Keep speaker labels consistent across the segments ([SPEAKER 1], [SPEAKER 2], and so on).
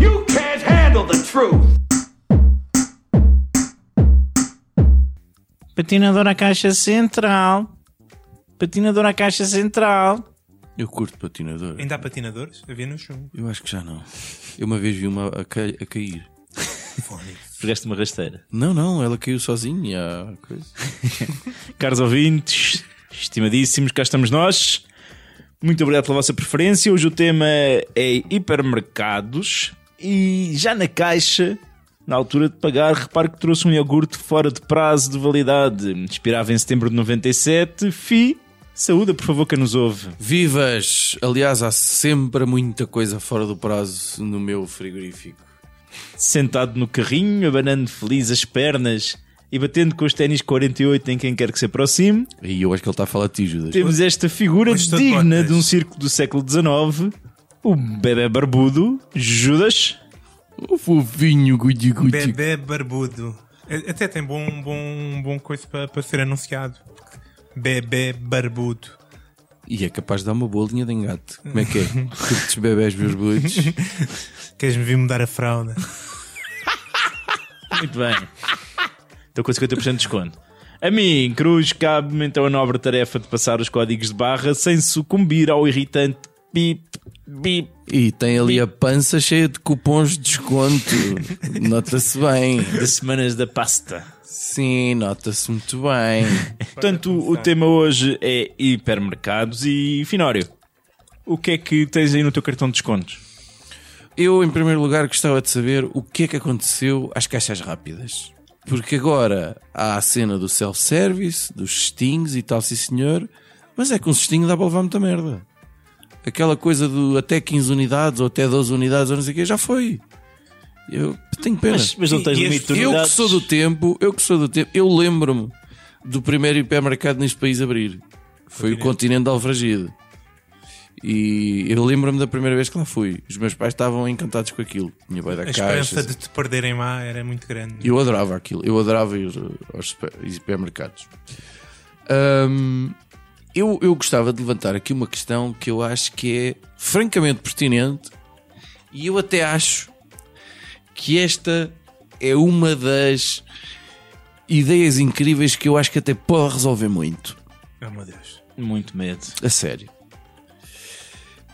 [SPEAKER 1] You can't handle the truth.
[SPEAKER 2] Patinador à caixa central. Patinador à caixa central.
[SPEAKER 3] Eu curto patinador.
[SPEAKER 4] Ainda há patinadores? Havia no chumbo.
[SPEAKER 3] Eu acho que já não. Eu uma vez vi uma a, ca- a cair.
[SPEAKER 5] Pegaste uma rasteira.
[SPEAKER 3] Não, não, ela caiu sozinha. Coisa.
[SPEAKER 5] Caros ouvintes, estimadíssimos, cá estamos nós. Muito obrigado pela vossa preferência. Hoje o tema é hipermercados e já na caixa, na altura de pagar, reparo que trouxe um iogurte fora de prazo de validade. Expirava em setembro de 97. Fi, saúda por favor quem nos ouve.
[SPEAKER 3] Vivas! Aliás, há sempre muita coisa fora do prazo no meu frigorífico.
[SPEAKER 5] Sentado no carrinho, abanando feliz as pernas e batendo com os ténis 48 em quem quer que se aproxime.
[SPEAKER 3] E eu acho que ele está a falar de ti, Judas.
[SPEAKER 5] Temos esta figura
[SPEAKER 4] Hoje estou de
[SPEAKER 5] digna
[SPEAKER 4] botas.
[SPEAKER 5] de um circo do século XIX, o bebê barbudo, Judas.
[SPEAKER 3] O Oh, fofinho, guti, guti.
[SPEAKER 4] Bebê barbudo. A- Até tem bom, bom, bom coisa para para ser anunciado. Bebê barbudo.
[SPEAKER 3] E é capaz de dar uma bolinha de engate. Como é que é? Curtes bebés barbudos?
[SPEAKER 4] Queres-me vir mudar a fralda?
[SPEAKER 5] Muito bem. Estou com 50% de desconto. A mim, Cruz, cabe-me então a nobre tarefa de passar os códigos de barra sem sucumbir ao irritante bip, bip.
[SPEAKER 3] E tem ali a pança cheia de cupons de desconto. Nota-se bem.
[SPEAKER 5] Das semanas da pasta.
[SPEAKER 3] Sim, nota-se muito bem.
[SPEAKER 5] Portanto, o tema hoje é hipermercados e Finório. O que é que tens aí no teu cartão de descontos?
[SPEAKER 3] Eu, em primeiro lugar, gostava de saber o que é que aconteceu às caixas rápidas. Porque agora há a cena do self-service, dos cestinhos e tal, sim senhor, mas é que um cestinho dá para levar muita merda. Aquela coisa do até 15 unidades ou até 12 unidades ou não sei o quê, já foi. Eu tenho pena.
[SPEAKER 5] Mas, mas não
[SPEAKER 4] E-
[SPEAKER 5] tens
[SPEAKER 4] e
[SPEAKER 5] limite
[SPEAKER 4] este-
[SPEAKER 5] de
[SPEAKER 3] Eu que
[SPEAKER 5] unidades?
[SPEAKER 3] sou do tempo, eu que sou do tempo, eu lembro-me do primeiro hipermercado neste país abrir. Foi o Continente de Alfragido. E eu lembro-me da primeira vez que lá fui. Os meus pais estavam encantados com aquilo. Tinha boi da
[SPEAKER 4] A esperança
[SPEAKER 3] caixa.
[SPEAKER 4] de te perderem lá era muito grande.
[SPEAKER 3] Eu adorava aquilo. Eu adorava ir eh, aos super- hipermercados. Ahm, eu, eu gostava de levantar aqui uma questão que eu acho que é francamente pertinente e eu até acho que esta é uma das ideias incríveis que eu acho que até pode resolver muito.
[SPEAKER 4] Oh meu Deus.
[SPEAKER 5] Muito medo.
[SPEAKER 3] A sério.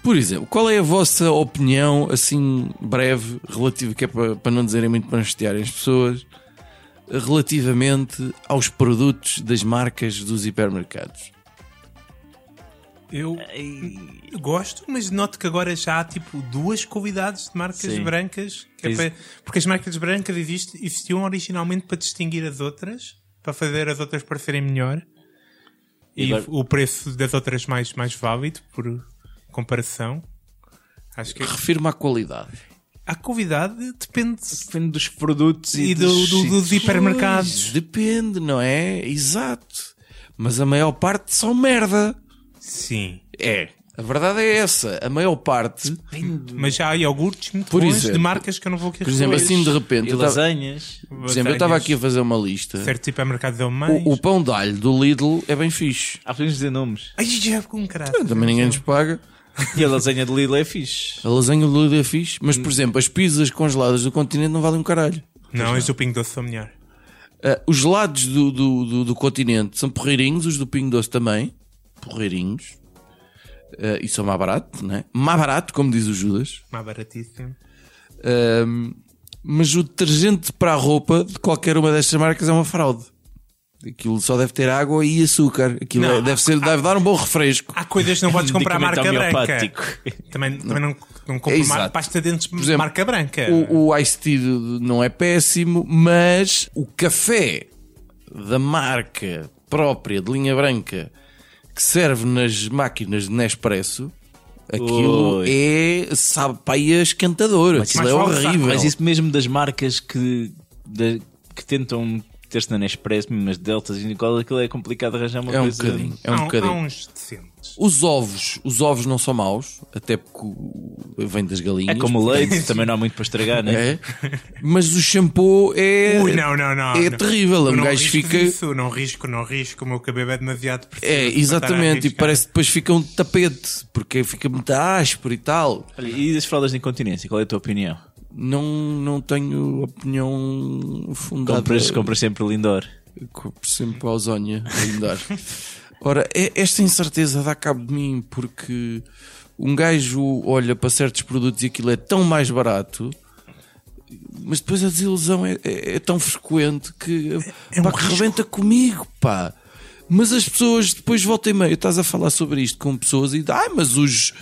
[SPEAKER 3] Por exemplo, qual é a vossa opinião, assim, breve, relativa, que é para, para não dizerem muito, para não chatearem as pessoas, relativamente aos produtos das marcas dos hipermercados?
[SPEAKER 4] Eu
[SPEAKER 3] É,
[SPEAKER 4] gosto, mas noto que agora já há tipo duas qualidades de marcas
[SPEAKER 5] Sim.
[SPEAKER 4] brancas. que é
[SPEAKER 5] Tens-
[SPEAKER 4] para- Porque as marcas brancas existe- existiam originalmente para distinguir as outras, para fazer as outras parecerem melhor.
[SPEAKER 5] E
[SPEAKER 4] E,
[SPEAKER 5] agora-
[SPEAKER 4] o preço das outras mais, mais válido, por comparação. Acho que
[SPEAKER 3] Refiro-me à qualidade.
[SPEAKER 4] a qualidade depende
[SPEAKER 5] Depende dos produtos e,
[SPEAKER 4] e do-
[SPEAKER 5] dos
[SPEAKER 4] do-
[SPEAKER 5] sítios.
[SPEAKER 4] dos hipermercados.
[SPEAKER 3] Pois, depende, não é? Exato. Mas a maior parte são merda.
[SPEAKER 4] Sim.
[SPEAKER 3] É. A verdade é essa. A maior parte,
[SPEAKER 4] Mas já há iogurtes muito
[SPEAKER 3] Por
[SPEAKER 4] bons
[SPEAKER 3] exemplo-
[SPEAKER 4] de marcas que eu não vou querer
[SPEAKER 3] por exemplo, assim de repente,
[SPEAKER 5] E
[SPEAKER 3] eu estava-
[SPEAKER 5] lasanhas.
[SPEAKER 3] por exemplo, eu estava aqui a fazer uma lista.
[SPEAKER 4] Certo hipermercados é o mais.
[SPEAKER 3] O, o pão de alho do Lidl é bem fixe.
[SPEAKER 5] Há podemos dizer nomes.
[SPEAKER 4] Ai, já é com caralho.
[SPEAKER 3] Também ninguém nos paga.
[SPEAKER 5] E a lasanha de Lidl é fixe.
[SPEAKER 3] A lasanha do Lidl é fixe, mas por exemplo, as pizzas congeladas do continente não valem um caralho.
[SPEAKER 4] Não, as do Pingo Doce são melhor.
[SPEAKER 3] Ah, os lados do, do, do, do continente são porreirinhos, os do Pingo Doce também. Porreirinhos. Ah, e são mais barato, né? Mais barato, como diz o Judas.
[SPEAKER 4] Mais baratíssimo.
[SPEAKER 3] Ahm, mas o detergente para a roupa de qualquer uma destas marcas é uma fraude. Aquilo só deve ter água e açúcar. Aquilo
[SPEAKER 4] Não,
[SPEAKER 3] é- deve, ser, deve dar um bom refresco.
[SPEAKER 4] Há coisas que não podes comprar marca
[SPEAKER 5] Medicamento
[SPEAKER 4] branca.
[SPEAKER 5] homeopático.
[SPEAKER 4] Também, também não, não compro
[SPEAKER 3] É Exato.
[SPEAKER 4] mar- pasta de dentes
[SPEAKER 3] exemplo,
[SPEAKER 4] marca branca.
[SPEAKER 3] O, o Ice Tea do- do- não é péssimo, mas o café da marca própria de linha branca que serve nas máquinas de Nespresso, aquilo
[SPEAKER 5] Ui.
[SPEAKER 3] é, sabe, pá, e é esquentador. Aquilo é
[SPEAKER 4] vale saco.
[SPEAKER 3] horrível.
[SPEAKER 5] Mas isso mesmo das marcas que, da- que tentam meter-se na Nespresso, mas deltas e cola, aquilo é complicado arranjar uma
[SPEAKER 3] É um
[SPEAKER 5] coisa.
[SPEAKER 3] bocadinho. É
[SPEAKER 4] há,
[SPEAKER 3] um
[SPEAKER 4] há
[SPEAKER 3] bocadinho.
[SPEAKER 4] uns decentes.
[SPEAKER 3] Os ovos, os ovos não são maus, até porque o- vem das
[SPEAKER 5] É
[SPEAKER 3] galinhas.
[SPEAKER 5] como o leite, também não há muito para estragar, né?
[SPEAKER 3] É. Mas o shampoo é.
[SPEAKER 4] Ui, não, não, não.
[SPEAKER 3] É
[SPEAKER 4] não.
[SPEAKER 3] terrível.
[SPEAKER 4] Eu
[SPEAKER 3] Um
[SPEAKER 4] não
[SPEAKER 3] gajo
[SPEAKER 4] risco
[SPEAKER 3] fica.
[SPEAKER 4] Isso, não risco, não risco. O meu cabelo é demasiado preciso
[SPEAKER 3] É,
[SPEAKER 4] para estar a
[SPEAKER 3] exatamente. E
[SPEAKER 4] arriscar.
[SPEAKER 3] parece que depois fica um tapete, porque fica muito áspero e tal.
[SPEAKER 5] Olha, e as fraldas de incontinência, qual é a tua opinião?
[SPEAKER 3] Não, não tenho opinião fundada.
[SPEAKER 5] Compras, compras sempre Lindor.
[SPEAKER 3] Compro sempre a ozonha a mudar. Ora, é- esta incerteza dá cabo de mim porque um gajo olha para certos produtos e aquilo é tão mais barato, mas depois a desilusão é, é- é tão frequente que,
[SPEAKER 4] É um
[SPEAKER 3] pá, que
[SPEAKER 4] risco.
[SPEAKER 3] rebenta comigo, pá. Mas as pessoas depois voltam e meio, estás a falar sobre isto com pessoas e ah, mas os,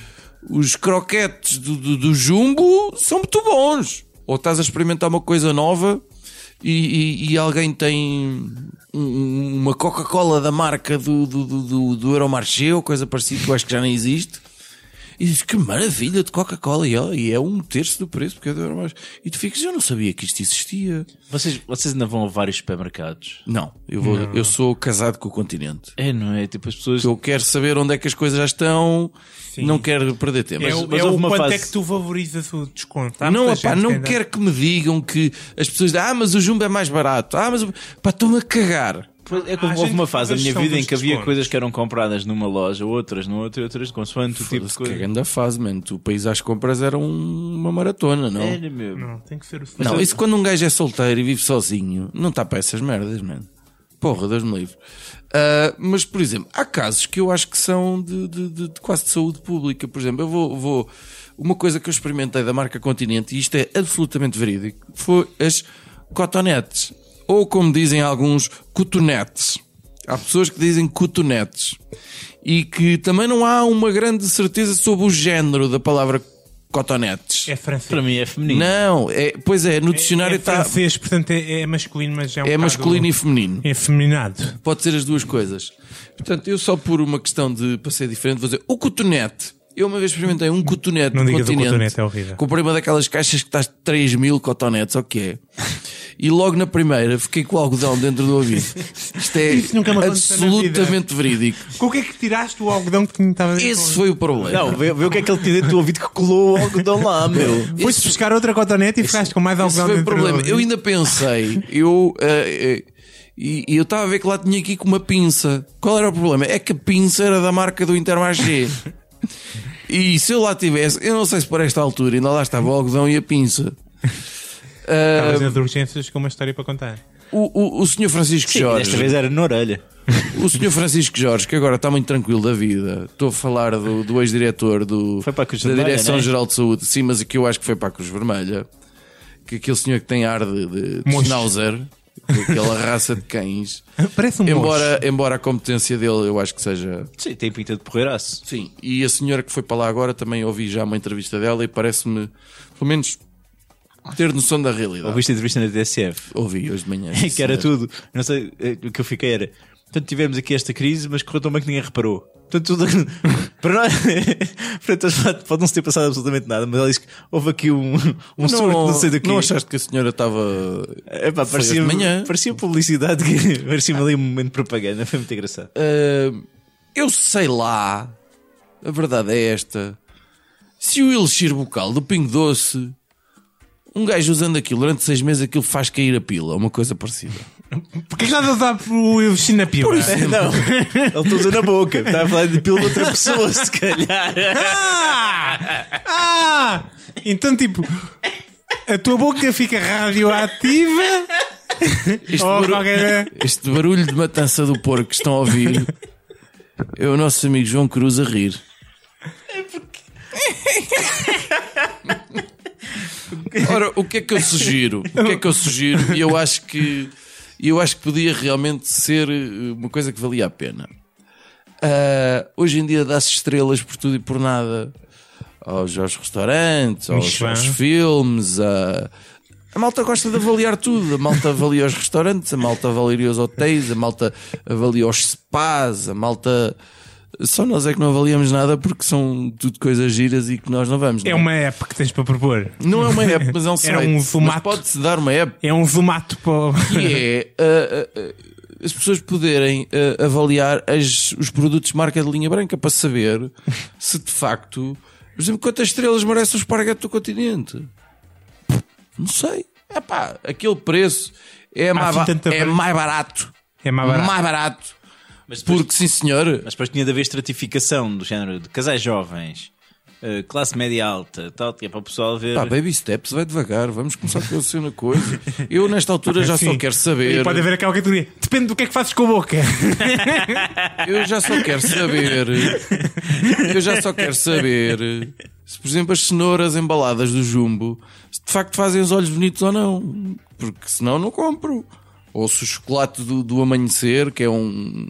[SPEAKER 3] os croquetes do, do, do jumbo são muito bons. Ou estás a experimentar uma coisa nova e, e- e alguém tem um- um- uma Coca-Cola da marca do, do, do, do, do Euromarché ou coisa parecida, que eu acho que já nem existe. E diz que maravilha de Coca-Cola e, é- e é um terço do preço porque é do Euromarché. E tu ficas, eu não sabia que isto existia.
[SPEAKER 5] Vocês, vocês ainda vão a vários supermercados?
[SPEAKER 3] Não, eu, vou, eu sou casado com o continente.
[SPEAKER 5] É, não é? Tipo, as pessoas.
[SPEAKER 3] Eu quero saber onde é que as coisas já estão, não quero perder tempo.
[SPEAKER 4] É,
[SPEAKER 5] Mas-
[SPEAKER 4] o-
[SPEAKER 5] mas
[SPEAKER 4] é
[SPEAKER 5] houve
[SPEAKER 4] o
[SPEAKER 5] uma
[SPEAKER 4] quanto
[SPEAKER 5] fase-
[SPEAKER 4] é que tu valorizas o desconto. Há
[SPEAKER 3] não,
[SPEAKER 4] muita
[SPEAKER 3] opá,
[SPEAKER 4] Tá gente que
[SPEAKER 3] não
[SPEAKER 4] ainda-
[SPEAKER 3] quero que me digam que as pessoas dizem, ah, mas o jumbo é mais barato, ah, mas o- pá, estou-me a cagar.
[SPEAKER 5] Pois, É que
[SPEAKER 4] Ah,
[SPEAKER 5] houve
[SPEAKER 4] gente,
[SPEAKER 5] uma fase da
[SPEAKER 4] mas
[SPEAKER 5] minha
[SPEAKER 4] são
[SPEAKER 5] vida em
[SPEAKER 4] dos
[SPEAKER 5] que havia
[SPEAKER 4] descontos.
[SPEAKER 5] coisas que eram compradas numa loja, outras noutra, e outras consoante o tipo de
[SPEAKER 3] Foda-se, que
[SPEAKER 5] coisa.
[SPEAKER 3] grande fase, mano. O país às compras era um- uma maratona, não?
[SPEAKER 5] Era, meu.
[SPEAKER 4] Não, tem que ser o
[SPEAKER 3] Não, isso quando um gajo é solteiro e vive sozinho, não está para essas merdas, mano. Porra, Deus me livre. Ah, mas, por exemplo, há casos que eu acho que são de, de- de- de quase de saúde pública. Por exemplo, eu vou, vou- Uma coisa que eu experimentei da marca Continente, e isto é absolutamente verídico, foi as cotonetes. Ou, como dizem alguns, cotonetes. Há pessoas que dizem cotonetes. E que também não há uma grande certeza sobre o género da palavra cotonetes.
[SPEAKER 4] É francês.
[SPEAKER 5] Para mim é feminino.
[SPEAKER 3] Não, é, pois é, no dicionário
[SPEAKER 4] é
[SPEAKER 3] está.
[SPEAKER 4] francês, portanto é, é masculino, mas é um É.
[SPEAKER 3] É masculino e feminino.
[SPEAKER 4] e feminado.
[SPEAKER 3] Pode ser as duas coisas. Portanto, eu só por uma questão de para ser diferente, vou dizer o cotonete. Eu uma vez experimentei um cotonete
[SPEAKER 4] Não
[SPEAKER 3] do
[SPEAKER 4] digas o
[SPEAKER 3] continente.
[SPEAKER 4] cotonete, é horrível.
[SPEAKER 3] Comprei uma daquelas caixas que estás 3 mil cotonetes, ou o que é? E logo na primeira fiquei com o algodão dentro do ouvido. Isto é
[SPEAKER 4] Isso nunca me aconteceu na
[SPEAKER 3] absolutamente verídico.
[SPEAKER 4] Com o que é que tiraste o algodão que tinha estava a dizer?
[SPEAKER 3] Esse foi o problema.
[SPEAKER 5] Não, vê, vê o que é que ele te deu do ouvido que colou o algodão lá, meu.
[SPEAKER 4] Foste buscar outra cotonete e ficaste com mais
[SPEAKER 3] Esse
[SPEAKER 4] algodão
[SPEAKER 3] foi o
[SPEAKER 4] dentro
[SPEAKER 3] problema.
[SPEAKER 4] do-
[SPEAKER 3] Eu ainda pensei, eu. eh, eh, e e eu estava a ver que lá tinha aqui com uma pinça. Qual era o problema? É que a pinça era da marca do Intermarché. e se eu lá tivesse, eu não sei se por esta altura ainda lá estava o algodão e a pinça. Ah,
[SPEAKER 4] Estavas nas urgências com uma história para contar.
[SPEAKER 3] o, o, o senhor Francisco Jorge.
[SPEAKER 5] Desta vez era na orelha.
[SPEAKER 3] O senhor Francisco Jorge, que agora está muito tranquilo da vida, estou a falar do, do ex-diretor do,
[SPEAKER 5] Foi para a Cruz
[SPEAKER 3] da
[SPEAKER 5] Vermelha, é?
[SPEAKER 3] Direção-Geral de Saúde, sim, mas aqui eu acho que foi para a Cruz Vermelha, que aquele senhor que tem ar de, de, de
[SPEAKER 4] Moço.
[SPEAKER 3] schnauzer, com aquela raça de cães,
[SPEAKER 4] Parece um
[SPEAKER 3] embora, embora a competência dele eu acho que seja.
[SPEAKER 5] Sim, tem pinta de porreiraço.
[SPEAKER 3] Sim, e a senhora que foi para lá agora também ouvi já uma entrevista dela e parece-me, pelo menos, ter noção da realidade.
[SPEAKER 5] Ouviste a entrevista na DSF?
[SPEAKER 3] Ouvi hoje de manhã. sim,
[SPEAKER 5] que era
[SPEAKER 3] senhor.
[SPEAKER 5] tudo. Não sei, eh, o que eu fiquei era. Portanto, tivemos aqui esta crise, mas correu tão bem que ninguém reparou. Portanto, tudo. para nós. Portanto, pode não se ter passado absolutamente nada, mas ela disse que houve aqui um, um surto,
[SPEAKER 3] Não,
[SPEAKER 5] não sei do quê.
[SPEAKER 3] não achaste que a senhora estava.
[SPEAKER 5] Epá,
[SPEAKER 3] Foi hoje
[SPEAKER 5] parecia,
[SPEAKER 3] de manhã.
[SPEAKER 5] parecia publicidade, que- parecia ali um momento de propaganda, foi muito engraçado.
[SPEAKER 3] Ahm, Ah, eu sei lá. A verdade é esta. Se o elixir bucal do Pingo Doce, um gajo usando aquilo durante seis meses, aquilo faz cair a pila, uma coisa parecida.
[SPEAKER 4] Porquê que estás a usar o Eugênio na pila?
[SPEAKER 3] é. um
[SPEAKER 5] Não, ele te usou na boca, estava a falar de pílula de outra pessoa, se calhar.
[SPEAKER 4] Ah! Ah! Então, tipo, a tua boca fica radioativa
[SPEAKER 3] Este,
[SPEAKER 4] ou
[SPEAKER 3] barulho,
[SPEAKER 4] qualquer.
[SPEAKER 3] este barulho de matança do porco que estão a ouvir é o nosso amigo João Cruz a rir. Ora, o que é que eu sugiro? O que é que eu sugiro? E eu acho que eu acho que podia realmente ser eh, uma coisa que valia a pena. Ah, hoje em dia dá-se estrelas por tudo e por nada aos, aos restaurantes, aos,
[SPEAKER 4] Michelin.
[SPEAKER 3] aos filmes. A... a malta gosta de avaliar tudo. A malta avalia os restaurantes, a malta avalia os hotéis, a malta avalia os spas, a malta Só nós é que não avaliamos nada porque são tudo coisas giras e que nós não vamos. não
[SPEAKER 4] É uma app que tens para propor.
[SPEAKER 3] Não é uma app, mas é um site.
[SPEAKER 4] um
[SPEAKER 3] Mas
[SPEAKER 4] formato.
[SPEAKER 3] pode-se dar uma app
[SPEAKER 4] É um zoomato para.
[SPEAKER 3] que é ah, ah, ah, as pessoas poderem ah, avaliar as- os produtos de marca de linha branca para saber se de facto, por exemplo, quantas estrelas merece o esparguete do continente. Não sei. Epá, aquele preço é, mais,
[SPEAKER 4] assim
[SPEAKER 3] ba-
[SPEAKER 4] tanta
[SPEAKER 3] é
[SPEAKER 4] vari-
[SPEAKER 3] mais barato.
[SPEAKER 4] É mais barato.
[SPEAKER 3] Mais barato.
[SPEAKER 5] Mas depois,
[SPEAKER 3] Porque sim, senhor.
[SPEAKER 5] mas depois tinha de haver estratificação do género de casais jovens, eh, classe média alta, tal, que é para o pessoal ver.
[SPEAKER 3] Pá, baby steps, vai devagar. Vamos começar com a cena coisa. Eu, nesta altura, já só
[SPEAKER 4] Sim.
[SPEAKER 3] quero
[SPEAKER 4] Assim. E
[SPEAKER 3] saber.
[SPEAKER 4] pode haver aquela categoria. Depende do que é que fazes com a boca.
[SPEAKER 3] Eu já só quero saber. Eu já só quero saber se, por exemplo, as cenouras embaladas do jumbo se de facto fazem os olhos bonitos ou não. Porque senão não compro. Ou se o chocolate do, do amanhecer, que é um,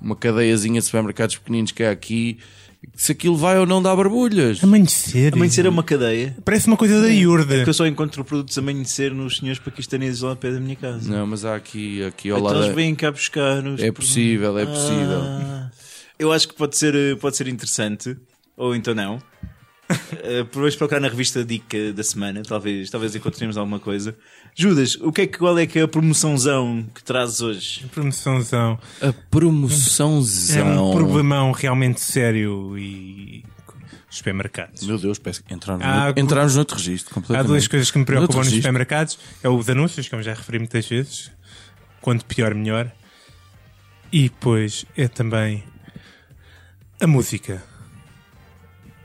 [SPEAKER 3] uma cadeiazinha de supermercados pequeninos que há aqui, se aquilo vai ou não dar barbulhas.
[SPEAKER 4] Amanhecer.
[SPEAKER 5] Amanhecer é uma cadeia.
[SPEAKER 4] Parece uma coisa da Iurda.
[SPEAKER 5] Porque eu só encontro produtos a amanhecer nos senhores paquistaneses lá ao pé da minha casa.
[SPEAKER 3] Não, mas há aqui, aqui ao
[SPEAKER 5] Então
[SPEAKER 3] lado.
[SPEAKER 5] eles vêm cá buscar os
[SPEAKER 3] É possível, é possível.
[SPEAKER 5] Ah, eu acho que pode ser, eh, pode ser interessante, ou então não. Eh, Por hoje procurar na revista Dica da semana, talvez, talvez encontremos alguma coisa. Judas, o que é que, qual é que é a promoçãozão que trazes hoje?
[SPEAKER 4] Promoçãozão.
[SPEAKER 3] A
[SPEAKER 4] É
[SPEAKER 3] promoçãozão.
[SPEAKER 4] um problemão realmente sério e os supermercados.
[SPEAKER 3] Meu Deus, parece que entramos,
[SPEAKER 4] Há-
[SPEAKER 3] no, entramos noutro registro.
[SPEAKER 4] Há
[SPEAKER 3] completamente.
[SPEAKER 4] duas coisas que me preocupam
[SPEAKER 3] Noutro
[SPEAKER 4] nos
[SPEAKER 3] registro.
[SPEAKER 4] supermercados. É os anúncios, que eu já referi muitas vezes. Quanto pior, melhor. E depois é também a música.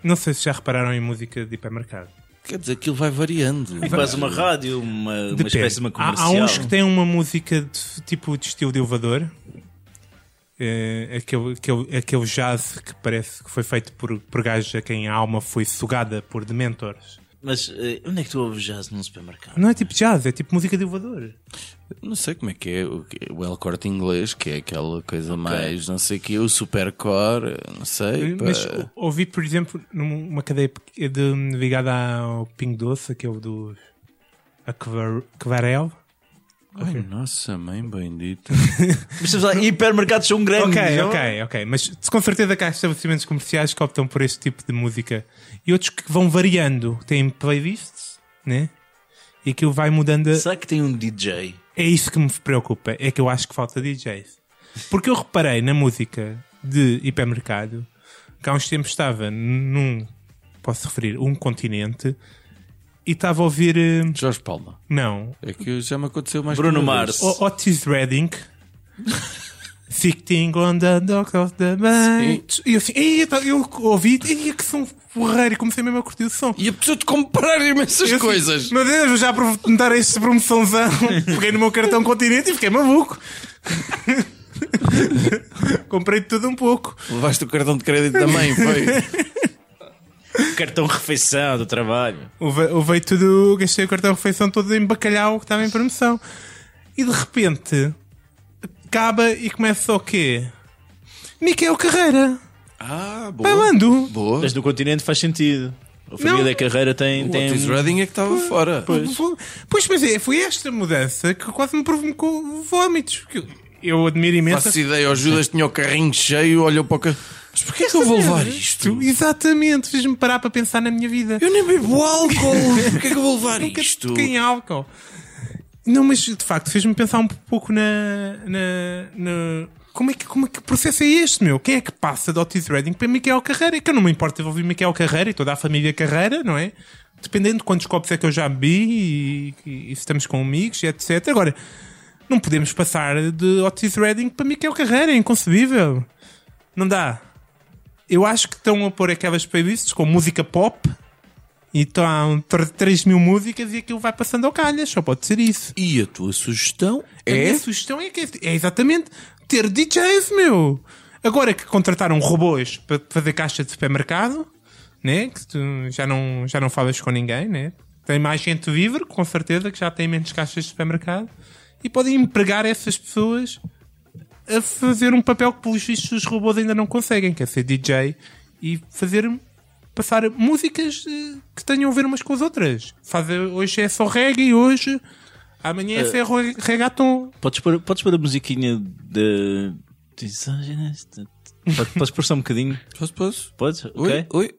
[SPEAKER 4] Não sei se já repararam em música de hipermercado.
[SPEAKER 3] Quer dizer, aquilo vai variando.
[SPEAKER 5] Quase uma rádio, uma, uma
[SPEAKER 4] Depende.
[SPEAKER 5] espécie de uma
[SPEAKER 4] Há-
[SPEAKER 5] comercial.
[SPEAKER 4] Há, uns que têm uma música de, tipo de estilo de elevador. Eh, aquele, aquele, aquele jazz que parece que foi feito por, por gajos a quem a alma foi sugada por dementores.
[SPEAKER 5] Mas eh, onde é que tu ouves jazz num supermercado?
[SPEAKER 4] Não é tipo jazz, é tipo música de elevador.
[SPEAKER 3] Não sei como é que é o, que- o El Corte inglês, que é aquela coisa mais, não sei o que, o Supercore, não sei. pá.
[SPEAKER 4] Mas ou- ouvi, por exemplo, num- uma cadeia pequ- de- ligada ao Pingo Doce, aquele do a Quvar- Quarel.
[SPEAKER 3] Ai, nossa mãe bendita.
[SPEAKER 5] Mas estamos lá, hipermercados são grandes.
[SPEAKER 4] Ok,
[SPEAKER 5] não?
[SPEAKER 4] ok, ok. Mas com certeza que há estabelecimentos comerciais que optam por este tipo de música e outros que vão variando. Têm playlists, né? E aquilo vai mudando. a-
[SPEAKER 5] Será que tem um DJ?
[SPEAKER 4] É isso que me preocupa. É que eu acho que falta DJs. Porque eu reparei na música de hipermercado que há uns tempos estava num. Posso referir? Um continente e estava a ouvir. eh,
[SPEAKER 3] Jorge Palma.
[SPEAKER 4] Não.
[SPEAKER 3] É que já me aconteceu mais
[SPEAKER 5] Bruno
[SPEAKER 3] que uma
[SPEAKER 5] Mars.
[SPEAKER 3] vez.
[SPEAKER 4] O- Otis Redding. Sitting on the dock of the night. E eu assim, "Ei, tá- eu ouvi, e que som porreiro, e comecei mesmo a curtir o som.
[SPEAKER 3] E a pessoa de comprar imensas
[SPEAKER 4] Eu assim,
[SPEAKER 3] coisas.
[SPEAKER 4] Meu Deus, vou já aproveitar este promoçãozão. Peguei no meu cartão continente e fiquei maluco. Comprei de tudo um pouco.
[SPEAKER 3] Levaste o cartão de crédito da mãe, foi.
[SPEAKER 5] Cartão refeição do trabalho.
[SPEAKER 4] Houve- Houve tudo, gastei o cartão de refeição todo em bacalhau que estava em promoção. E de repente, acaba e começa o quê? Miquel Carreira.
[SPEAKER 3] ah, boa.
[SPEAKER 4] Bailando.
[SPEAKER 3] Boa.
[SPEAKER 5] Mas do continente faz sentido. A família
[SPEAKER 4] Não.
[SPEAKER 5] da carreira tem.
[SPEAKER 3] O
[SPEAKER 5] tem um-
[SPEAKER 3] Otis Redding é que estava fora.
[SPEAKER 4] Vou- Pois, mas é, foi esta mudança que quase me provocou vômitos. que eu- Eu admiro imenso.
[SPEAKER 3] Faço ideia, o Judas tinha o carrinho cheio, olhou para o carro. Mas porquê é que eu vou levar isto?
[SPEAKER 4] Exatamente, fez-me parar para pensar na minha vida.
[SPEAKER 3] Eu nem bebo álcool. porquê é que eu vou levar
[SPEAKER 4] nunca
[SPEAKER 3] isto?
[SPEAKER 4] toquei em álcool. Não, mas de facto fez-me pensar um pouco na. na, na- como, é que, como é que processo é este, meu? Quem é que passa de Otis Redding para Miquel Carreira? Que eu não me importo de ouvir Miquel Carreira e toda a família Carreira, não é? Dependendo de quantos copos é que eu já bebi e, e- e se estamos com amigos e etc. Agora, não podemos passar de Otis Redding para Miquel Carreira, é inconcebível. Não dá. Eu acho que estão a pôr aquelas playlists com música pop e estão 3 mil músicas e aquilo vai passando ao calhas, só pode ser isso.
[SPEAKER 3] E a tua sugestão
[SPEAKER 4] A
[SPEAKER 3] é.
[SPEAKER 4] minha sugestão é que é, é exatamente ter DJs, meu. Agora que contrataram robôs para fazer caixa de supermercado, né? que tu já não, já não falas com ninguém, né? tem mais gente livre, com certeza, que já tem menos caixas de supermercado, e podem empregar essas pessoas a fazer um papel que, pelos vistos, os robôs ainda não conseguem, que é ser DJ e fazer passar músicas eh, que tenham a ver umas com as outras. Faz, hoje é só reggae, hoje, amanhã é só reggaeton.
[SPEAKER 5] Podes pôr, podes pôr a musiquinha de. Podes- Podes pôr só um bocadinho?
[SPEAKER 3] Posso, posso?
[SPEAKER 5] Podes? Ok.
[SPEAKER 3] Oi, oi.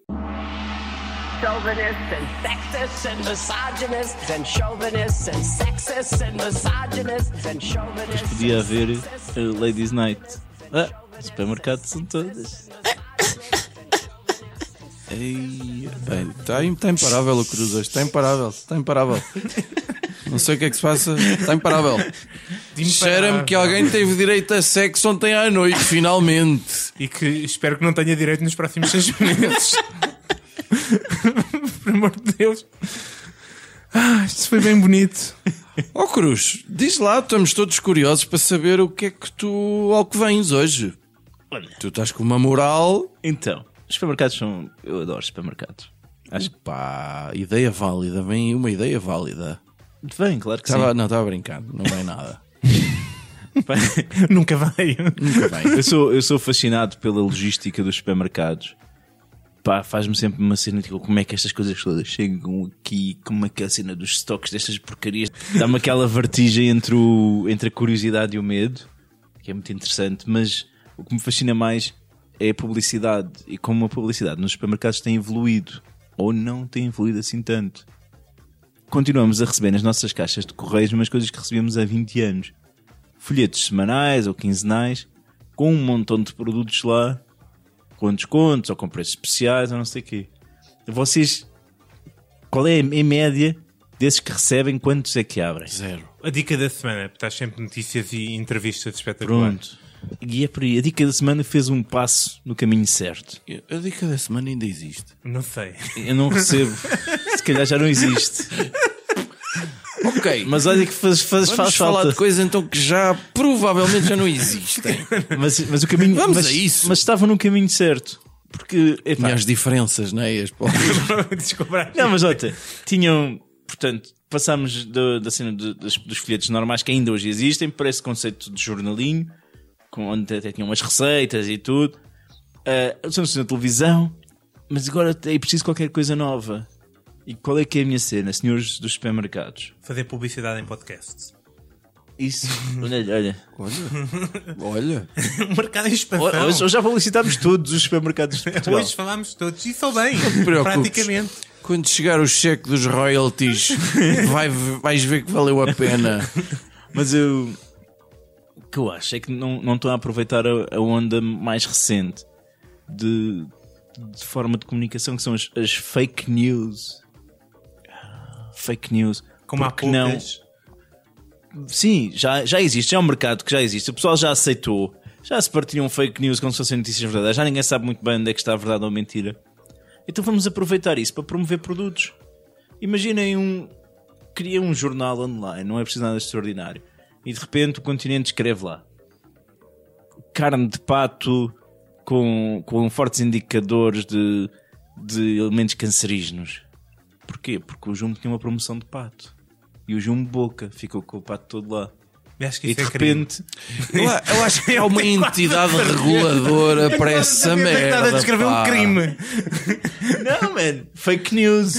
[SPEAKER 6] chauvinists and sexists and misogynists and chauvinists and sexists and misogynists and chauvinists.
[SPEAKER 5] Podia haver uh, Ladies Night. Ah, o supermercado são todas.
[SPEAKER 3] Ei, bem, está tá imparável o Cruz hoje. Está imparável, está imparável. Não sei o que é que se passa, está imparável.
[SPEAKER 4] Tipo,
[SPEAKER 3] Cheira-me
[SPEAKER 4] ah,
[SPEAKER 3] que alguém teve direito a sexo ontem à noite, finalmente.
[SPEAKER 4] E que espero que não tenha direito nos próximos seis meses. Por amor de Deus. Ah, isto foi bem bonito.
[SPEAKER 3] Ó Cruz, diz lá, estamos todos curiosos para saber o que é que tu ao que vens hoje.
[SPEAKER 5] Olha.
[SPEAKER 3] Tu estás com uma moral.
[SPEAKER 5] Então, os supermercados são. Eu adoro supermercados. Acho que
[SPEAKER 3] Pá, ideia válida, vem aí uma ideia válida.
[SPEAKER 5] vem, claro que
[SPEAKER 3] Tava, não, estava brincando, não vem nada.
[SPEAKER 5] sim.
[SPEAKER 4] Nunca veio.
[SPEAKER 3] Nunca vem.
[SPEAKER 5] Eu sou, eu sou fascinado pela logística dos supermercados. Pá, faz-me sempre uma cena tipo, como é que estas coisas todas chegam aqui, como é que é a cena dos estoques destas porcarias. Dá-me aquela vertigem entre, o, entre a curiosidade e o medo, que é muito interessante, mas o que me fascina mais é a publicidade e como a publicidade nos supermercados tem evoluído ou não tem evoluído assim tanto. Continuamos a receber nas nossas caixas de correios umas coisas que recebíamos há 20 anos folhetos semanais ou quinzenais com um montão de produtos lá com descontos ou com preços especiais ou não sei o quê. Vocês, qual é em média desses que recebem, quantos é que abrem?
[SPEAKER 3] Zero.
[SPEAKER 4] A dica da semana, porque estás sempre notícias e entrevistas espetaculares.
[SPEAKER 5] Pronto. E é por aí. A dica da semana fez um passo no caminho certo.
[SPEAKER 3] A dica da semana ainda existe.
[SPEAKER 4] Não sei.
[SPEAKER 5] Eu não recebo. Se calhar já não existe.
[SPEAKER 3] Ok, mas
[SPEAKER 5] Mas olha que faz, faz,
[SPEAKER 3] vamos
[SPEAKER 5] faz
[SPEAKER 3] falar
[SPEAKER 5] falta.
[SPEAKER 3] de coisas então que já provavelmente já não existem.
[SPEAKER 5] Mas, mas o caminho.
[SPEAKER 3] Vamos
[SPEAKER 5] mas,
[SPEAKER 3] a isso.
[SPEAKER 5] Mas estavam no caminho certo. Porque. epá,
[SPEAKER 3] Tinha as diferenças, não é? As palavras.
[SPEAKER 4] Descobrar.
[SPEAKER 5] Não, mas olha, tinham, portanto, passámos do- da cena do- dos, dos folhetos normais que ainda hoje existem para esse conceito de jornalinho, com, onde até tinham umas receitas e tudo. Uh, Somos na televisão, mas agora é preciso qualquer coisa nova. E qual é que é a minha cena, senhores dos supermercados?
[SPEAKER 4] Fazer publicidade em podcasts.
[SPEAKER 5] Isso, olha, olha.
[SPEAKER 3] Olha,
[SPEAKER 4] O mercado em
[SPEAKER 5] Ho-
[SPEAKER 4] expansão.
[SPEAKER 5] Hoje, hoje já publicitámos todos os supermercados de Portugal.
[SPEAKER 4] Hoje falámos todos. E só bem.
[SPEAKER 3] preocupes.
[SPEAKER 4] Praticamente.
[SPEAKER 3] quando chegar o cheque dos royalties, vai- vais ver que valeu a pena.
[SPEAKER 5] Mas eu. O que eu acho é que não, não estão a aproveitar a, a onda mais recente de, de forma de comunicação, que são as, as fake news. Fake news.
[SPEAKER 4] Como há
[SPEAKER 5] Porque não?
[SPEAKER 4] poucas.
[SPEAKER 5] Sim, já, já existe, já é um mercado que já existe. O pessoal já aceitou. Já se partilham fake news como se fossem notícias verdadeiras. Já ninguém sabe muito bem onde é que está a verdade ou a mentira. Então vamos aproveitar isso para promover produtos. Imaginem um. Cria um jornal online, não é preciso nada extraordinário. E de repente o continente escreve lá: carne de pato com, com fortes indicadores de, de elementos cancerígenos. Porquê? Porque o Jumbo tinha uma promoção de pato. E o Jumbo Boca ficou com o pato todo lá.
[SPEAKER 4] Acho que
[SPEAKER 5] E
[SPEAKER 4] isso
[SPEAKER 5] de
[SPEAKER 4] é crime.
[SPEAKER 5] repente.
[SPEAKER 3] Eu, a- eu acho que há uma entidade reguladora para essa merda.
[SPEAKER 4] Estás a descrever
[SPEAKER 3] pá.
[SPEAKER 4] um crime.
[SPEAKER 5] Não, man! Fake news!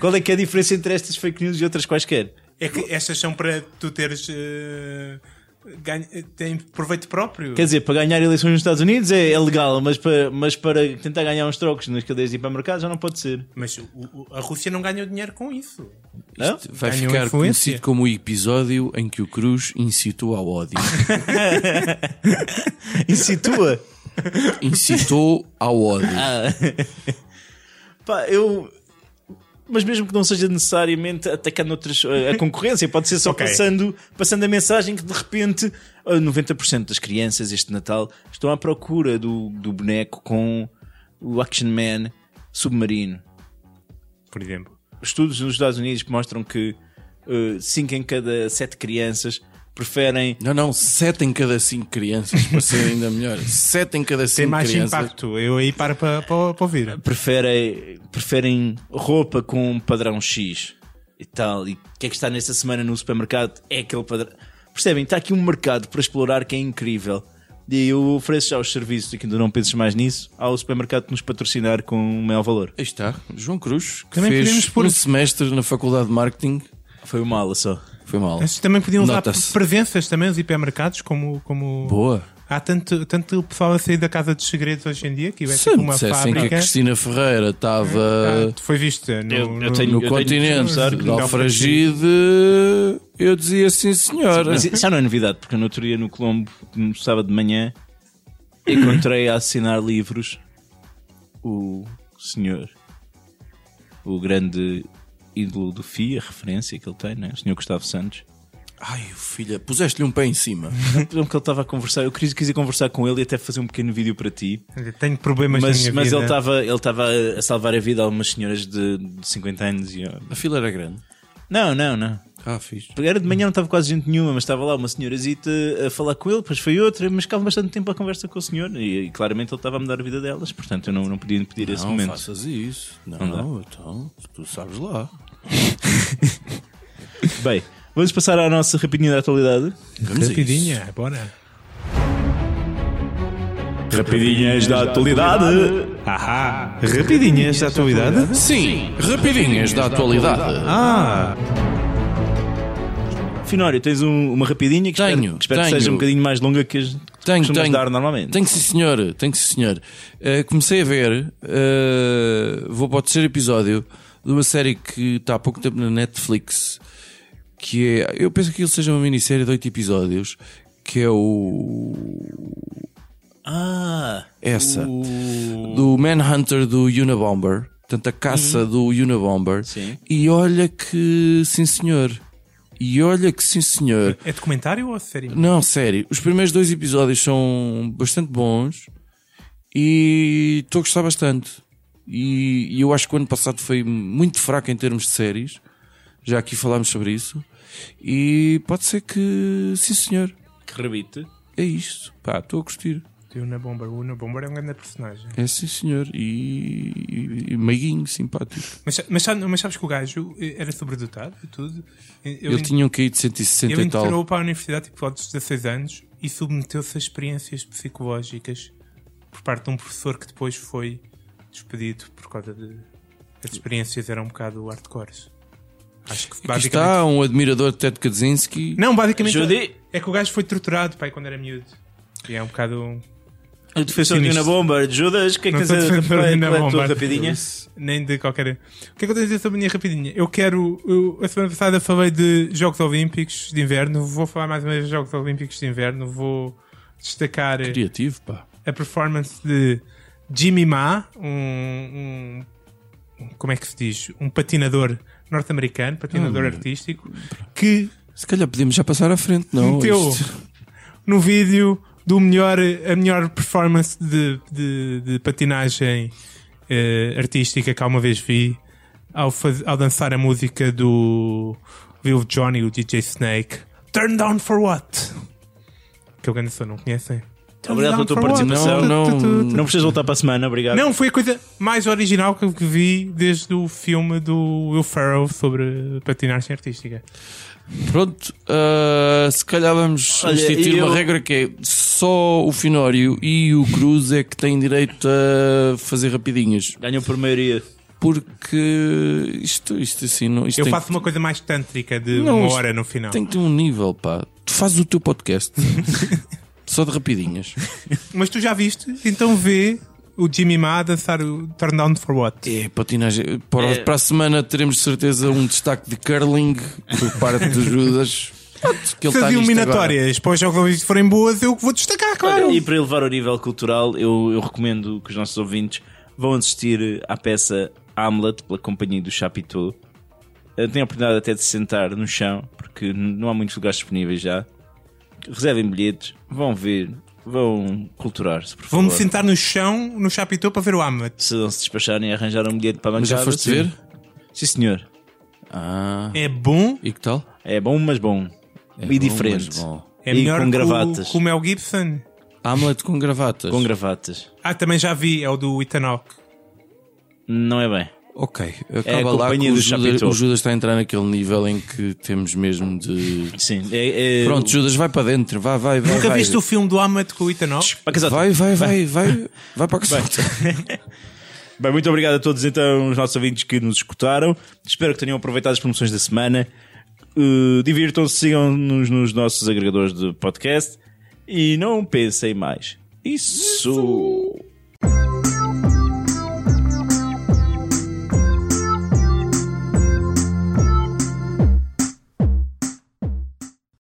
[SPEAKER 5] Qual é que é a diferença entre estas fake news e outras quaisquer?
[SPEAKER 4] É que estas são para tu teres. eh, ganho- eh, tem proveito próprio.
[SPEAKER 5] Quer dizer, para ganhar eleições nos Estados Unidos é, é legal, mas para, mas para tentar ganhar uns trocos nas cadeias de hipermercados já não pode ser.
[SPEAKER 4] Mas o- o- a Rússia não ganhou dinheiro com isso.
[SPEAKER 5] Não?
[SPEAKER 3] Vai
[SPEAKER 4] Ganhou
[SPEAKER 3] ficar
[SPEAKER 4] influência.
[SPEAKER 3] conhecido como o episódio em que o Cruz incitou ao ódio.
[SPEAKER 5] E situa.
[SPEAKER 3] Incitou ao ódio.
[SPEAKER 5] Ah. Pá, eu. Mas mesmo que não seja necessariamente atacando outras, eh, a a concorrência, pode ser só
[SPEAKER 4] Ok.
[SPEAKER 5] passando, passando a mensagem que de repente ah, 90% das crianças este Natal estão à procura do, do boneco com o Action Man submarino.
[SPEAKER 4] Por exemplo.
[SPEAKER 5] Estudos nos Estados Unidos que mostram que 5 em cada 7 crianças preferem.
[SPEAKER 3] Não, não, sete em cada cinco crianças, para ser ainda melhor. Sete em cada
[SPEAKER 4] Tem
[SPEAKER 3] cinco
[SPEAKER 4] mais
[SPEAKER 3] crianças.
[SPEAKER 4] impacto. Eu aí paro para, para, para ouvir.
[SPEAKER 5] preferem, preferem roupa com um padrão X e tal, e o que é que está nessa semana no supermercado é aquele padrão. Percebem? Está aqui um mercado para explorar que é incrível. E eu ofereço já os serviços, e que ainda não penses mais nisso, ao supermercado que nos patrocinar com o maior valor.
[SPEAKER 3] Aí está, João Cruz, que
[SPEAKER 4] Também podemos
[SPEAKER 3] fez
[SPEAKER 4] pôr-
[SPEAKER 3] um semestre na Faculdade de Marketing.
[SPEAKER 5] Foi uma ala só.
[SPEAKER 3] Foi mal.
[SPEAKER 4] Mas também podiam usar
[SPEAKER 3] Nota-se.
[SPEAKER 4] presenças também, os hipermercados, como. como...
[SPEAKER 3] Boa.
[SPEAKER 4] Há tanto, tanto pessoal a sair da casa dos segredos hoje em dia que vai
[SPEAKER 3] Se
[SPEAKER 4] ter
[SPEAKER 3] me
[SPEAKER 4] É tipo uma
[SPEAKER 3] dissessem que eh, a
[SPEAKER 4] fábrica.
[SPEAKER 3] Cristina Ferreira
[SPEAKER 4] Ah,
[SPEAKER 3] estava
[SPEAKER 4] foi visto no,
[SPEAKER 5] Eu- eu
[SPEAKER 4] no-
[SPEAKER 5] tenho-
[SPEAKER 3] no
[SPEAKER 5] de
[SPEAKER 3] continente
[SPEAKER 5] confessar que
[SPEAKER 3] de
[SPEAKER 4] não
[SPEAKER 3] Alfragide, eu dizia sim, senhora.
[SPEAKER 5] Mas isso já não é novidade, porque no outro dia no Colombo, no sábado de manhã, encontrei a assinar livros o senhor, o grande ídolo do FI, a referência que ele tem, né? o senhor Gustavo Santos.
[SPEAKER 3] Ai, filha, puseste-lhe um pé em cima.
[SPEAKER 5] Lembro que ele estava a conversar, eu quis, quis ir conversar com ele e até fazer um pequeno vídeo para ti,
[SPEAKER 4] Olha, Tenho problemas na
[SPEAKER 5] mas,
[SPEAKER 4] minha
[SPEAKER 5] mas
[SPEAKER 4] vida.
[SPEAKER 5] ele tá estava ele estava a salvar a vida a algumas senhoras de, de 50 anos e eu-
[SPEAKER 3] A fila era grande.
[SPEAKER 5] Não, não, não.
[SPEAKER 3] Ah, fiz.
[SPEAKER 5] Era de manhã, não estava quase gente nenhuma, mas estava lá uma senhorazita a falar com ele, depois foi outra, mas ficava bastante tempo a conversa com o senhor e, e claramente ele estava a mudar a vida delas, portanto eu não, não podia impedir esse
[SPEAKER 3] não
[SPEAKER 5] momento.
[SPEAKER 3] faças isso. Não,
[SPEAKER 5] Não dá.
[SPEAKER 3] não, então, tu sabes lá.
[SPEAKER 5] Bem, vamos passar à nossa rapidinha da atualidade.
[SPEAKER 3] Vamos a isso.
[SPEAKER 4] Rapidinha, bora.
[SPEAKER 5] Rapidinhas da atualidade!
[SPEAKER 4] Ahá, rapidinhas da atualidade.
[SPEAKER 3] Sim, rapidinhas da atualidade.
[SPEAKER 4] Ah,
[SPEAKER 5] Finório, tens um- uma rapidinha que espero-
[SPEAKER 3] Tenho,
[SPEAKER 5] que espero,
[SPEAKER 3] tenho.
[SPEAKER 5] que seja um bocadinho mais longa que as que
[SPEAKER 3] Tenho,
[SPEAKER 5] costumas
[SPEAKER 3] tenho.
[SPEAKER 5] dar normalmente.
[SPEAKER 3] Tenho que sim, senhor. Tenho que sim, senhor. Eh, comecei a ver, eh, vou para o terceiro episódio de uma série que está há pouco tempo na Netflix, que é, eu penso que ele seja uma minissérie de oito episódios, que é o...
[SPEAKER 5] Ah,
[SPEAKER 3] Essa. Do Manhunter do Unabomber. Portanto, a caça do Unabomber.
[SPEAKER 5] Uhum. Sim.
[SPEAKER 3] E olha que sim, senhor. E olha que sim, senhor.
[SPEAKER 4] é documentário ou série?
[SPEAKER 3] Não, sério. Os primeiros dois episódios são bastante bons e estou a gostar bastante. E, e eu acho que o ano passado foi muito fraco em termos de séries. Já aqui falámos sobre isso. E pode ser que, sim, senhor.
[SPEAKER 5] que rebite.
[SPEAKER 3] É isto. Pá, estou a curtir.
[SPEAKER 4] O Una Bomber. O Una Bomber é um grande personagem.
[SPEAKER 3] É sim, senhor. E, e, e meiguinho, simpático.
[SPEAKER 4] Mas, mas, sabe- mas sabes que o gajo eh, era sobredotado e tudo? Eu,
[SPEAKER 3] Ele tinha um QI de 160
[SPEAKER 4] Ele
[SPEAKER 3] e tal.
[SPEAKER 4] entrou para a universidade tipo, aos 16 anos e submeteu-se a experiências psicológicas por parte de um professor que depois foi despedido por causa de. As experiências eram um bocado hardcores. Acho que
[SPEAKER 3] Aqui
[SPEAKER 4] basicamente.
[SPEAKER 3] está um admirador de Ted Kaczynski.
[SPEAKER 4] Não, basicamente.
[SPEAKER 5] Judy.
[SPEAKER 4] É que o gajo foi torturado pai, quando era miúdo. E é um bocado.
[SPEAKER 5] O defensor de
[SPEAKER 4] Sinistro.
[SPEAKER 5] Una Bomber, Judas, o que é que tens
[SPEAKER 4] Não sou
[SPEAKER 5] a
[SPEAKER 4] defensor
[SPEAKER 5] qual
[SPEAKER 4] de
[SPEAKER 5] é-
[SPEAKER 4] Una
[SPEAKER 5] qual é a tua
[SPEAKER 4] Bomber.
[SPEAKER 5] rapidinha?
[SPEAKER 4] Nem de qualquer. O que é que eu tenho a dizer sobre a minha rapidinha? Eu quero. eu- a semana passada falei de Jogos Olímpicos de Inverno. Vou falar mais uma vez de Jogos Olímpicos de Inverno. Vou destacar.
[SPEAKER 3] Criativo, pá.
[SPEAKER 4] a performance de Jimmy Ma, um, um- um- como é que se diz? Um patinador norte-americano, patinador artístico, que
[SPEAKER 3] Se calhar podíamos já passar à frente, não?
[SPEAKER 4] meteu
[SPEAKER 3] Isto-
[SPEAKER 4] no vídeo do melhor, a melhor performance de, de- de patinagem eh, artística que alguma vez vi ao, faz- ao dançar a música do Vivo Johnny, o DJ Snake. Turn down for what? Que eu grande som, não conhecem? Turn
[SPEAKER 5] Obrigado pela
[SPEAKER 4] down
[SPEAKER 5] tua
[SPEAKER 4] for what?
[SPEAKER 5] participação.
[SPEAKER 3] Não, não.
[SPEAKER 4] Tu, tu, tu, tu.
[SPEAKER 5] Não precisas voltar para a semana, obrigado.
[SPEAKER 4] Não, foi a coisa mais original que que vi desde o filme do Will Ferrell sobre patinagem artística.
[SPEAKER 3] Pronto, ah, se calhar vamos
[SPEAKER 5] Olha,
[SPEAKER 3] instituir
[SPEAKER 5] e eu-
[SPEAKER 3] uma regra que é só o Finório e o Cruz é que têm direito a fazer rapidinhas.
[SPEAKER 5] Ganhou por maioria.
[SPEAKER 3] Porque isto, isto assim, não, isto
[SPEAKER 4] Eu
[SPEAKER 3] tem,
[SPEAKER 4] faço uma coisa mais tântrica de
[SPEAKER 3] Não,
[SPEAKER 4] uma
[SPEAKER 3] isto
[SPEAKER 4] hora no final.
[SPEAKER 3] tem que ter um nível, pá. Tu fazes o teu podcast só de rapidinhas.
[SPEAKER 4] Mas tu já viste? Então vê o Jimmy Ma a dançar o Turn Down for What.
[SPEAKER 3] É, patinagem. Para,
[SPEAKER 5] É.
[SPEAKER 3] para a semana teremos de certeza um destaque de curling por parte do Judas. Pronto, que ele
[SPEAKER 4] Se
[SPEAKER 3] está
[SPEAKER 4] as
[SPEAKER 3] nisto agora.
[SPEAKER 4] eliminatórias para os jogos Olímpicos forem boas, eu que vou destacar, claro.
[SPEAKER 5] E para elevar o nível cultural, eu, eu recomendo que os nossos ouvintes vão assistir à peça Hamlet, pela companhia do Chapitou. Eh, Têm a oportunidade até de se sentar no chão, porque n- não há muitos lugares disponíveis já. Reservem bilhetes, vão ver, vão culturar-se, por favor.
[SPEAKER 4] Vou-me sentar no chão, no chapitou, para ver o Amat.
[SPEAKER 5] Se não se despacharem e arranjar um bilhete para a bancada.
[SPEAKER 3] Mas já foste
[SPEAKER 5] sim.
[SPEAKER 3] ver?
[SPEAKER 5] Sim, senhor.
[SPEAKER 3] Ah,
[SPEAKER 4] É bom,
[SPEAKER 3] e que tal?
[SPEAKER 5] É bom, mas bom.
[SPEAKER 3] É
[SPEAKER 5] e
[SPEAKER 3] bom,
[SPEAKER 5] diferente.
[SPEAKER 3] mas bom.
[SPEAKER 4] é
[SPEAKER 5] e
[SPEAKER 4] melhor
[SPEAKER 5] com
[SPEAKER 4] que o-
[SPEAKER 5] gravatas.
[SPEAKER 4] que o Mel Gibson.
[SPEAKER 3] Hamlet com gravatas.
[SPEAKER 5] Com gravatas.
[SPEAKER 4] Ah, também já vi, é o do Ethan Hawke.
[SPEAKER 5] Não é bem.
[SPEAKER 3] Ok,
[SPEAKER 5] É a
[SPEAKER 3] acaba lá que
[SPEAKER 5] companhia
[SPEAKER 3] o
[SPEAKER 5] do
[SPEAKER 3] Judas,
[SPEAKER 5] Chapitou.
[SPEAKER 3] o Judas está a entrar naquele nível em que temos mesmo de.
[SPEAKER 5] Sim. É, é-
[SPEAKER 3] Pronto, Judas, vai para dentro, vai, vai, vai.
[SPEAKER 4] Nunca
[SPEAKER 3] vai.
[SPEAKER 4] viste o filme do Amat com o Ethan Hawke?
[SPEAKER 5] Para casar
[SPEAKER 3] Vai, vai, vai, vai, vai para a consulta.
[SPEAKER 5] Bem, muito obrigado a todos então, os nossos ouvintes que nos escutaram. Espero que tenham aproveitado as promoções da Eh, semana. Uh, Divirtam-se, sigam-nos nos nossos agregadores de podcast. E não pensei mais. Isso.